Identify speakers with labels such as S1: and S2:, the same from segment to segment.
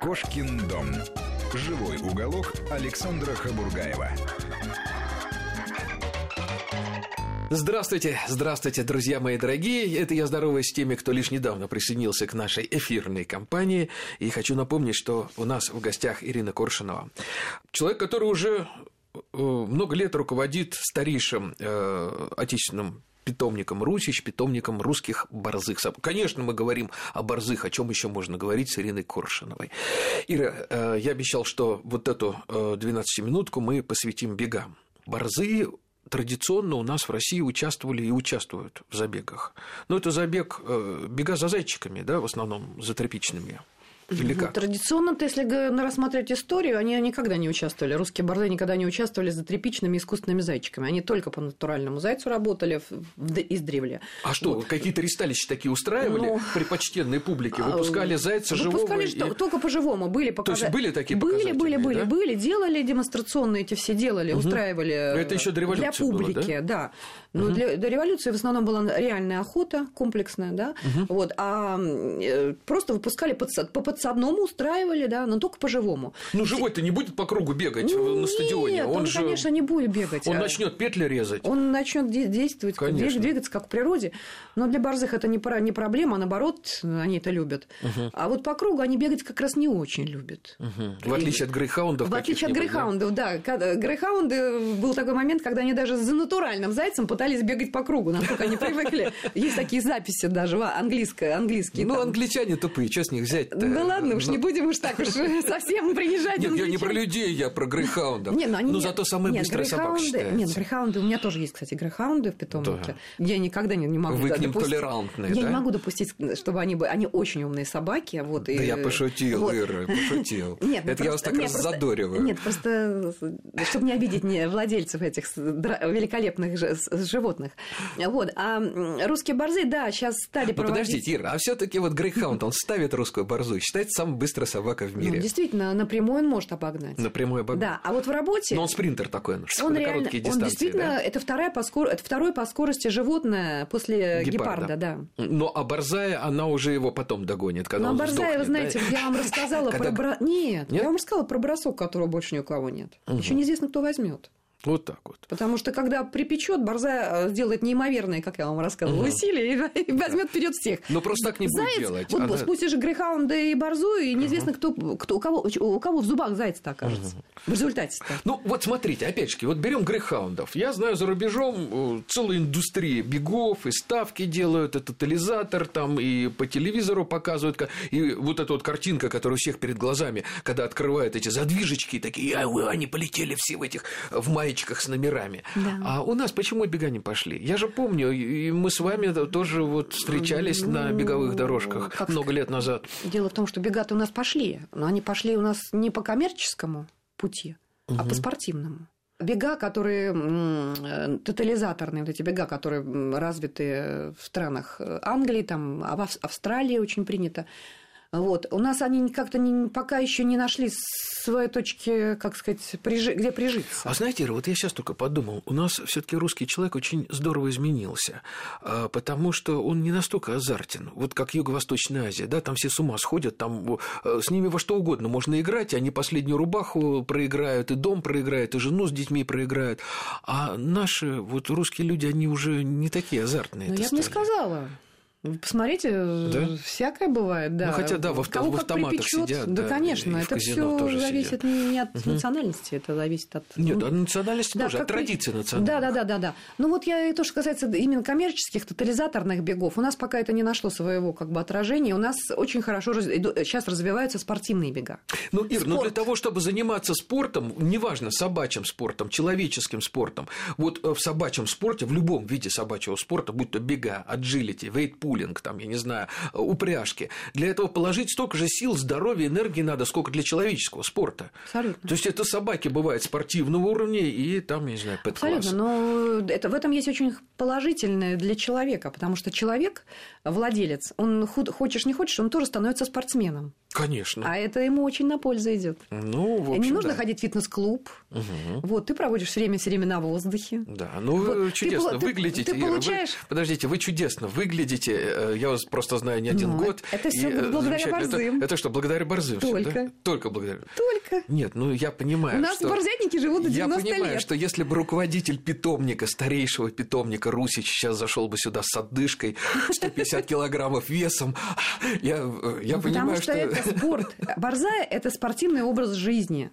S1: Кошкин дом. Живой уголок Александра Хабургаева.
S2: Здравствуйте, здравствуйте, друзья мои дорогие. Это я здороваюсь с теми, кто лишь недавно присоединился к нашей эфирной кампании. И хочу напомнить, что у нас в гостях Ирина Коршинова. Человек, который уже э, много лет руководит старейшим э, отечественным питомником русич, питомником русских борзых собак. Конечно, мы говорим о борзых, о чем еще можно говорить с Ириной Коршиновой. Ира, э, я обещал, что вот эту 12-минутку мы посвятим бегам. Борзые традиционно у нас в России участвовали и участвуют в забегах. Но это забег, э, бега за зайчиками, да, в основном за тропичными. Или как?
S3: Ну, Традиционно, если рассматривать историю, они никогда не участвовали. Русские борзы никогда не участвовали за тряпичными искусственными зайчиками. Они только по натуральному зайцу работали в, из древля.
S2: А что, вот. какие-то ресталища такие устраивали ну, при почтенной публике? Выпускали зайца
S3: А, выпускали
S2: живого?
S3: Выпускали и... только по-живому. Были показа...
S2: То есть были такие
S3: Были, были, да? были, были. Делали демонстрационные эти все делали, угу. устраивали.
S2: Это еще до революции
S3: Для публики,
S2: было,
S3: да. да. Но угу. для, до революции в основном была реальная охота, комплексная, да. Угу. Вот, а просто выпускали под, по под подсадному устраивали, да, но только по-живому.
S2: Ну, живой-то не будет по кругу бегать ну, на стадионе.
S3: Нет, он, он же, конечно, не будет бегать.
S2: Он а... начнет петли резать.
S3: Он начнет действовать, конечно. двигаться, как в природе. Но для борзых это не, не проблема, а наоборот, они это любят. Угу. А вот по кругу они бегать как раз не очень любят.
S2: Угу. В отличие И... от грейхаундов.
S3: В отличие от грейхаундов, да. да. Грейхаунды э, был такой момент, когда они даже за натуральным зайцем пытались бегать по кругу, насколько они привыкли. Есть такие записи даже английские.
S2: Ну, англичане тупые, что с них взять
S3: Да ладно уж, но... не будем уж так уж э, совсем принижать
S2: Нет, я не про людей, я про грейхаундов.
S3: ну, Нет,
S2: но, они... но Ну, зато самые нет, быстрые собаки считаются.
S3: Нет, ну, грейхаунды, у меня тоже есть, кстати, грейхаунды в питомнике. Да. Я никогда не, не могу
S2: Вы да, к ним допустить... толерантные,
S3: Я
S2: да?
S3: не могу допустить, чтобы они были... Они очень умные собаки, вот.
S2: Да
S3: и...
S2: я пошутил, вот. Ира, пошутил. Нет,
S3: ну
S2: Это просто... я вас так нет, раззадориваю.
S3: Нет, просто, чтобы не обидеть не владельцев этих великолепных животных. Вот, а русские борзы, да, сейчас стали проводить...
S2: Но Ну, подождите, Ира, а все таки вот грейхаунд, он ставит русскую борзу и считается самой быстрой собакой в мире.
S3: Ну, действительно, напрямую он может обогнать.
S2: Напрямую обогнать.
S3: Да, а вот в работе...
S2: Ну, Но Ну, он спринтер такой, он,
S3: он
S2: на
S3: реально,
S2: короткие
S3: дистанции. Он действительно,
S2: да?
S3: это, вторая по скор... это второе по скорости животное после гепарда, гепарда да.
S2: Но а борзая, она уже его потом догонит, когда
S3: Но
S2: он сдохнет,
S3: борзая, вы знаете,
S2: да?
S3: я вам рассказала про... Бро... Нет, я вам рассказала про бросок, которого больше ни у кого нет. Еще неизвестно, кто возьмет.
S2: Вот так вот.
S3: Потому что когда припечет, борзая сделает неимоверное, как я вам рассказывала, угу. усилие и, и возьмет вперед всех.
S2: Но Ну, просто так не
S3: заяц,
S2: будет делать. А,
S3: Вот Она... спустишь грейхаунда и борзу, и неизвестно, угу. кто, кто, у, кого, у кого в зубах заяц-то окажется. Угу. В результате. -то.
S2: Ну, вот смотрите, опять-таки, вот берем грейхаундов. Я знаю, за рубежом э, целая индустрия бегов, и ставки делают, и тотализатор там, и по телевизору показывают. И вот эта вот картинка, которая у всех перед глазами, когда открывают эти задвижечки, такие, они полетели все в этих, в мае маечках с номерами. Да. А у нас почему бега не пошли? Я же помню, и мы с вами тоже вот встречались ну, на беговых дорожках как много лет назад.
S3: Дело в том, что бега-то у нас пошли, но они пошли у нас не по коммерческому пути, угу. а по спортивному. Бега, которые тотализаторные, вот эти бега, которые развиты в странах э, Англии, там, а в Австралии очень принято. Вот. У нас они как-то не, пока еще не нашли своей точки, как сказать, прижи, где прижиться.
S2: А знаете, Ира, вот я сейчас только подумал, у нас все-таки русский человек очень здорово изменился, а, потому что он не настолько азартен, вот как Юго-Восточная Азия, да, там все с ума сходят, там э, с ними во что угодно можно играть, они последнюю рубаху проиграют, и дом проиграют, и жену с детьми проиграют, а наши вот русские люди, они уже не такие азартные.
S3: Но Ну, я бы не сказала. Посмотрите, да? всякое бывает, да.
S2: Ну, хотя да, в, авто,
S3: Кого
S2: в автоматах
S3: припечёт,
S2: сидят.
S3: Да, да конечно, это все зависит
S2: сидят. не
S3: от угу. национальности, это зависит от...
S2: Нет, от национальности да, тоже, от традиции национальности.
S3: Да, да, да, да, да. Ну вот я и то, что касается именно коммерческих, тотализаторных бегов, у нас пока это не нашло своего как бы отражения, у нас очень хорошо раз... сейчас развиваются спортивные бега.
S2: Ну, Ир, Спорт. ну для того, чтобы заниматься спортом, неважно, собачьим спортом, человеческим спортом, вот э, в собачьем спорте, в любом виде собачьего спорта, будь то бега, аджилити, вейтпул, пулинг, там, я не знаю, э, упряжки. Для этого положить столько же сил, здоровья, энергии надо, сколько для человеческого спорта.
S3: Абсолютно.
S2: То есть это собаки бывают спортивного уровня и там, я не знаю, пэт
S3: Абсолютно, ну, но это, в этом есть очень положительное для человека, потому что человек, владелец, он хочешь не хочешь, он тоже становится спортсменом.
S2: Конечно.
S3: А это ему очень на пользу идет.
S2: Ну, в общем,
S3: не нужно
S2: да.
S3: ходить в фитнес-клуб.
S2: Мгм.
S3: Вот, ты проводишь все время, все время на воздухе.
S2: Да, ну
S3: Вот,
S2: вы
S3: ты
S2: чудесно
S3: пла- ты-
S2: выглядите.
S3: ты
S2: Ира, вы-
S3: получаешь-
S2: подождите, вы чудесно выглядите. э, Я вас просто знаю не один
S3: Ну,
S2: год.
S3: это всё
S2: и, э,
S3: благодаря
S2: замечательно. Это-
S3: Барзым.
S2: Это, что, благодаря Барзым? всё,
S3: Только.
S2: да? Только благодаря.
S3: Только.
S2: Нет, ну я понимаю,
S3: У нас
S2: что...
S3: борзятники живут до
S2: Я
S3: 90
S2: понимаю,
S3: лет.
S2: что если бы руководитель питомника, старейшего питомника Русич сейчас зашел бы сюда с отдышкой, 150 килограммов весом, я, э, я понимаю,
S3: Ну, Потому что, это спорт. Борзая – это спортивный образ жизни.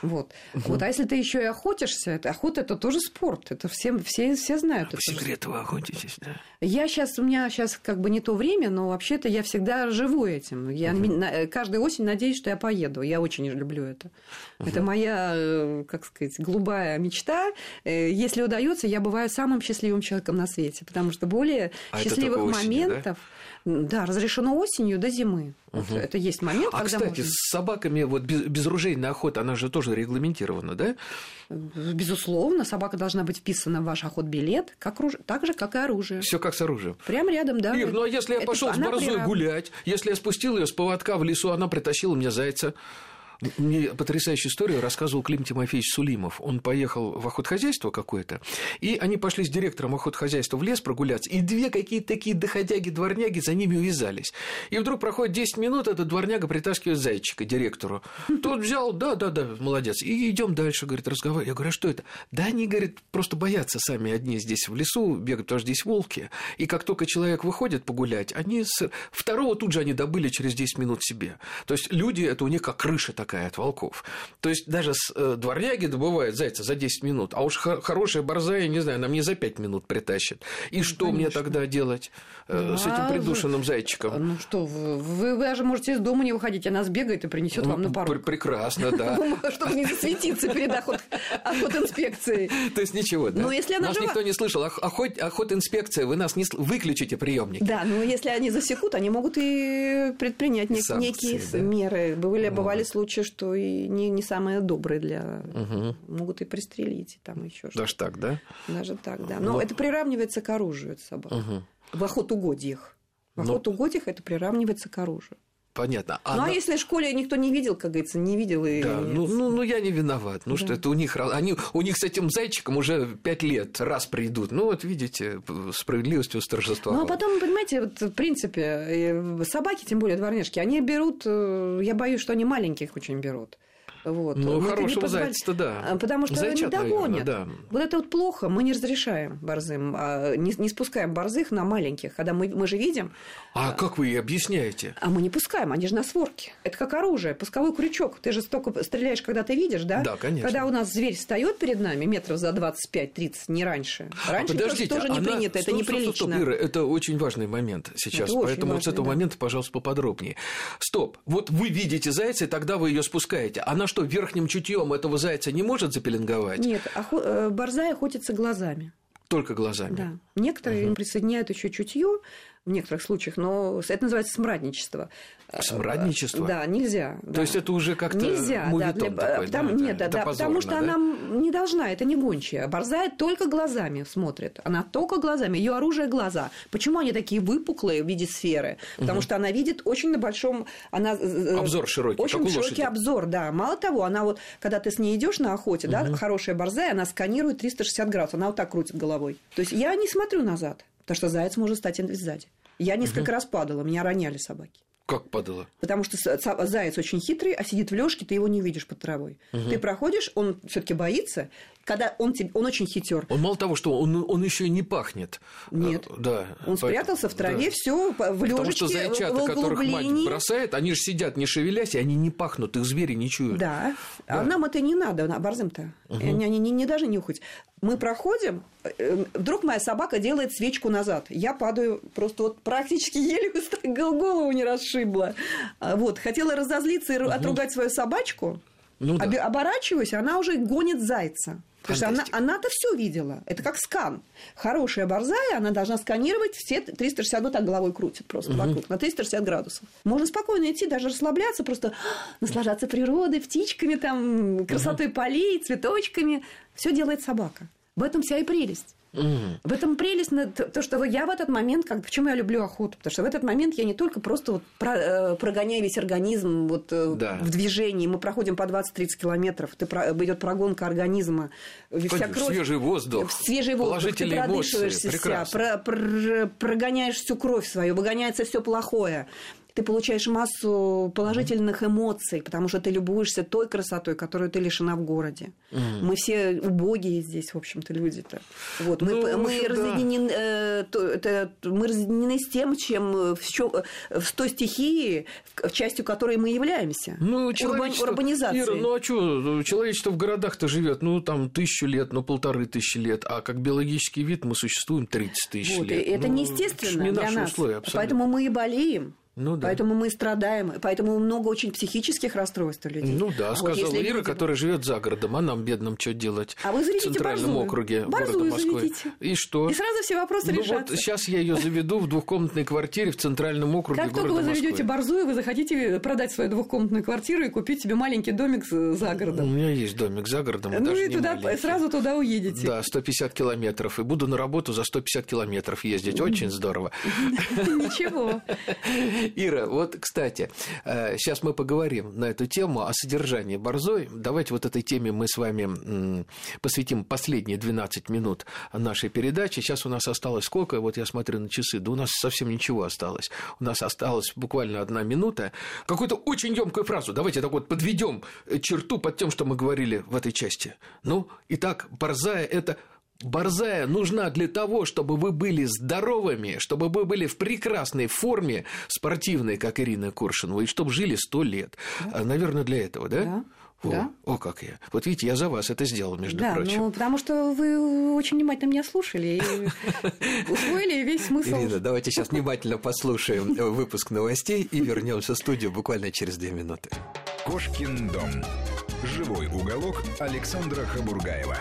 S3: Вот. вот. А если ты еще и охотишься, это охота – это тоже спорт. Это всем, все, все знают.
S2: По
S3: это же.
S2: секрету вы охотитесь, да?
S3: Я сейчас, у меня сейчас как бы не то время, но вообще-то я всегда живу этим. Я на- э, каждую осень надеюсь, что я поеду. Я очень люблю это. Это моя, э, как сказать, голубая мечта. Э, Если удается, я бываю самым счастливым человеком на свете, потому что более
S2: А это
S3: счастливых
S2: только осенью, да?
S3: моментов... М, Да? разрешено осенью до зимы. Вот Это есть момент,
S2: А,
S3: когда
S2: кстати,
S3: можно-
S2: с собаками вот без- безружейная охота, она же тоже регламентирована, да?
S3: э, Безусловно, собака должна быть вписана в ваш охот-билет, как руж- так же, как и оружие.
S2: Все как с оружием.
S3: Прям рядом, да.
S2: Ир, ну а если я
S3: Это-
S2: пошел с
S3: она
S2: борзой
S3: прирав-
S2: гулять, если я спустил ее с поводка в лесу, она притащила мне зайца. Мне потрясающую историю рассказывал Клим Тимофеевич Сулимов. Он поехал в охотхозяйство какое-то, и они пошли с директором охотхозяйства в лес прогуляться, и две какие-то такие доходяги-дворняги за ними увязались. И вдруг проходит 10 минут, этот дворняга притаскивает зайчика директору. Тот взял, да-да-да, молодец, и идем дальше, говорит, разговаривай. Я говорю, а что это? Да они, говорит, просто боятся сами одни здесь в лесу бегать, потому что здесь волки. И как только человек выходит погулять, они с... второго тут же они добыли через 10 минут себе. То есть люди, это у них как крыша такая от волков. То есть даже с э, дворняги добывают зайца за 10 минут, а уж хо- хорошая борзая, не знаю, она мне за 5 минут притащит. И что мне тогда делать э, с этим
S3: А,
S2: придушенным зайчиком?
S3: Ну что, вы, вы даже можете из дома не выходить, она сбегает и принесет вам на
S2: Ну, Пр-
S3: порог.
S2: Прекрасно, да.
S3: Чтобы не засветиться перед охот, инспекцией.
S2: То есть ничего, да?
S3: Ну, если она
S2: нас
S3: жива-
S2: никто не слышал. Ох- Охот, инспекция, вы нас не сл- выключите приемники.
S3: Да, но если они засекут, они могут и предпринять нек-
S2: Санкции,
S3: некие
S2: да.
S3: меры. Бывали, бывали случаи, что и не, не самые добрые для... Могут и пристрелить, и там еще что-то.
S2: Даже Ну, так, да? Ну.
S3: Даже так, да. Но это приравнивается к оружию от собак.
S2: Мгм.
S3: В охотугодьях. В
S2: Ну.
S3: охотугодьях это приравнивается к оружию.
S2: Понятно. А
S3: ну, а
S2: на-
S3: если в школе никто не видел, как говорится, не видел и...
S2: Да, ну, ну, ну, я не виноват. Ну,
S3: Да.
S2: что это у них... раз- Они, у них с этим зайчиком уже пять лет раз придут. Ну, вот видите, п- справедливость
S3: Ну,
S2: восторжествовала.
S3: а потом, понимаете, вот, в принципе, э, собаки, тем более дворняжки, они берут, э, я боюсь, что они маленьких очень берут. Вот.
S2: Ну,
S3: это не
S2: хорошего
S3: позволя-
S2: зайца-то да.
S3: А, Потому что
S2: Зайчат,
S3: не догонят.
S2: наверное, да.
S3: Вот это вот плохо, мы не разрешаем борзым, а, не, не спускаем борзых на маленьких, когда мы, мы же видим,
S2: А как вы ей объясняете?
S3: а мы не пускаем, они же на сворке. Это как оружие, пусковой крючок. Ты же столько стреляешь, когда ты видишь, да?
S2: Да, конечно.
S3: Когда у нас зверь встает перед нами метров за 25-30, не раньше. Раньше
S2: а
S3: тоже-
S2: подождите,
S3: тоже, не
S2: она-
S3: принято,
S2: Стоп,
S3: это
S2: стоп,
S3: неприлично.
S2: стоп, стоп, Ира, это очень важный момент сейчас,
S3: Это очень
S2: поэтому вот с
S3: важный,
S2: этого
S3: да.
S2: момента, пожалуйста, поподробнее. Стоп, вот вы видите зайца, и тогда вы ее спускаете. Она что, верхним чутьем этого зайца не может запеленговать?
S3: Нет, охо- э, борзая охотится глазами.
S2: Только глазами?
S3: Да. Некоторые присоединяют еще чутье в некоторых случаях, но это называется смрадничество. Э,
S2: Смрадничество?
S3: Да, нельзя.
S2: То есть это уже как-то
S3: Нельзя,
S2: моветон
S3: да, для- э,
S2: такой,
S3: потому-
S2: да,
S3: нет,
S2: да,
S3: да,
S2: это
S3: да,
S2: позорно,
S3: потому что
S2: да?
S3: она м, не должна, это не гончая. Борзая только глазами смотрит. Она только глазами. Ее оружие глаза. Почему они такие выпуклые в виде сферы? Потому что она видит очень на большом. Она, э,
S2: Обзор широкий,
S3: Очень
S2: как у
S3: широкий
S2: лошади.
S3: обзор, да. Мало того, она вот, когда ты с ней идешь на охоте, да, хорошая борзая, она сканирует 360 градусов. Она вот так крутит головой. То есть я не смотрю назад, потому что заяц может стать сзади. Я несколько раз падала, меня роняли собаки.
S2: Как падало?
S3: Потому что с- ца- заяц очень хитрый, а сидит в лёжке, ты его не видишь под травой. Ты проходишь, он все таки боится, когда он, тебе- он очень хитер.
S2: Он мало того, что он, он еще и не пахнет.
S3: Нет.
S2: Э, Да.
S3: Он спрятался в траве, все в
S2: Потому что
S3: лёжечке, в
S2: зайчата, которых мать
S3: углублении.
S2: бросает, они же сидят, не шевелясь, и они не пахнут, их звери не чуют.
S3: Да. А нам это не надо, на- борзым-то. Они, они не, не даже нюхать. Мы проходим, э, э, вдруг моя собака делает свечку назад. Я падаю просто вот практически еле устра- гол- голову не расшибла. А, Вот, хотела разозлиться и ру- отругать свою собачку.
S2: Ну да.
S3: Обе- Оборачиваюсь, она уже гонит зайца. Потому что она,
S2: Фантастика.
S3: она-то все видела. Это как скан. Хорошая борзая, она должна сканировать все 360, ну так головой крутит просто вокруг, на 360 градусов. Можно спокойно идти, даже расслабляться, просто наслаждаться природой, птичками, там, красотой полей, цветочками. Все делает собака. В этом вся и прелесть.
S2: Мгм.
S3: В этом прелесть, на- то, то, что я в этот момент, как, почему я люблю охоту, потому что в этот момент я не только просто вот про- э, прогоняю весь организм вот, э,
S2: Да.
S3: в движении, мы проходим по 20-30 километров, ты про- идет прогонка организма, э, вся
S2: Конечно,
S3: кровь.
S2: Свежий воздух.
S3: В свежий воздух, ты
S2: Положительные эмоции.
S3: продышиваешься, себя,
S2: Прекрасно.
S3: про- пр- прогоняешь всю кровь свою, выгоняется все плохое. Ты получаешь массу положительных эмоций, потому что ты любуешься той красотой, которую ты лишена в городе. Мы все убогие здесь, в общем-то, люди-то. Вот, мы,
S2: Ну,
S3: п-
S2: в
S3: мы
S2: общем, да.
S3: разъединен- э, то- это- мы разъединены с тем, чем э, в, чё- э, в той стихии, в- в частью которой мы являемся.
S2: Ну,
S3: Урбан-
S2: человечество...
S3: урбанизацией.
S2: Ира, ну а что, человечество в городах-то живет, ну, там, тысячу лет, ну, полторы тысячи лет, а как биологический вид мы существуем 30 тысяч
S3: Вот, и
S2: лет.
S3: Это
S2: Ну, это ж
S3: неестественно
S2: не
S3: для
S2: наши
S3: нас.
S2: условия, абсолютно.
S3: Поэтому мы и болеем.
S2: Ну да.
S3: Поэтому мы и страдаем, и поэтому много очень психических расстройств у людей.
S2: Ну да,
S3: А вот
S2: сказала
S3: если
S2: Ира,
S3: люди-
S2: которая живет за городом, а нам, бедным, что делать
S3: А вы
S2: в
S3: заведите
S2: центральном
S3: борзую.
S2: округе города
S3: Борзую
S2: Москвы.
S3: заведите.
S2: И что?
S3: И сразу все вопросы
S2: ну
S3: решатся.
S2: вот сейчас я ее заведу в двухкомнатной квартире в центральном округе
S3: Как только
S2: города
S3: вы заведете
S2: Москвы.
S3: борзую, вы захотите продать свою двухкомнатную квартиру и купить себе маленький домик за за
S2: У
S3: городом.
S2: меня есть домик за городом.
S3: ну
S2: даже
S3: и
S2: не
S3: туда
S2: маленький.
S3: сразу туда уедете.
S2: Да, 150 километров. И буду на работу за 150 километров ездить. Очень здорово.
S3: Ничего.
S2: Ира, вот, кстати, сейчас мы поговорим на эту тему о содержании борзой. Давайте вот этой теме мы с вами м, посвятим последние 12 минут нашей передачи. Сейчас у нас осталось сколько? Вот я смотрю на часы. Да у нас совсем ничего осталось. У нас осталась буквально одна минута. Какую-то очень емкую фразу. Давайте так вот подведем черту под тем, что мы говорили в этой части. Ну, итак, борзая – это Борзая нужна для того, чтобы вы были здоровыми, чтобы вы были в прекрасной форме спортивной, как Ирина Коршинова, и чтобы жили сто лет. А, Наверное, для этого, да?
S3: Да.
S2: О,
S3: Да.
S2: о, как я. Вот видите, я за вас это сделал, между
S3: Да,
S2: прочим.
S3: ну потому что вы очень внимательно меня слушали и усвоили весь смысл.
S2: Ирина, давайте сейчас внимательно послушаем э, выпуск новостей и вернемся в студию буквально через две минуты.
S1: Кошкин дом. Живой уголок Александра Хабургаева.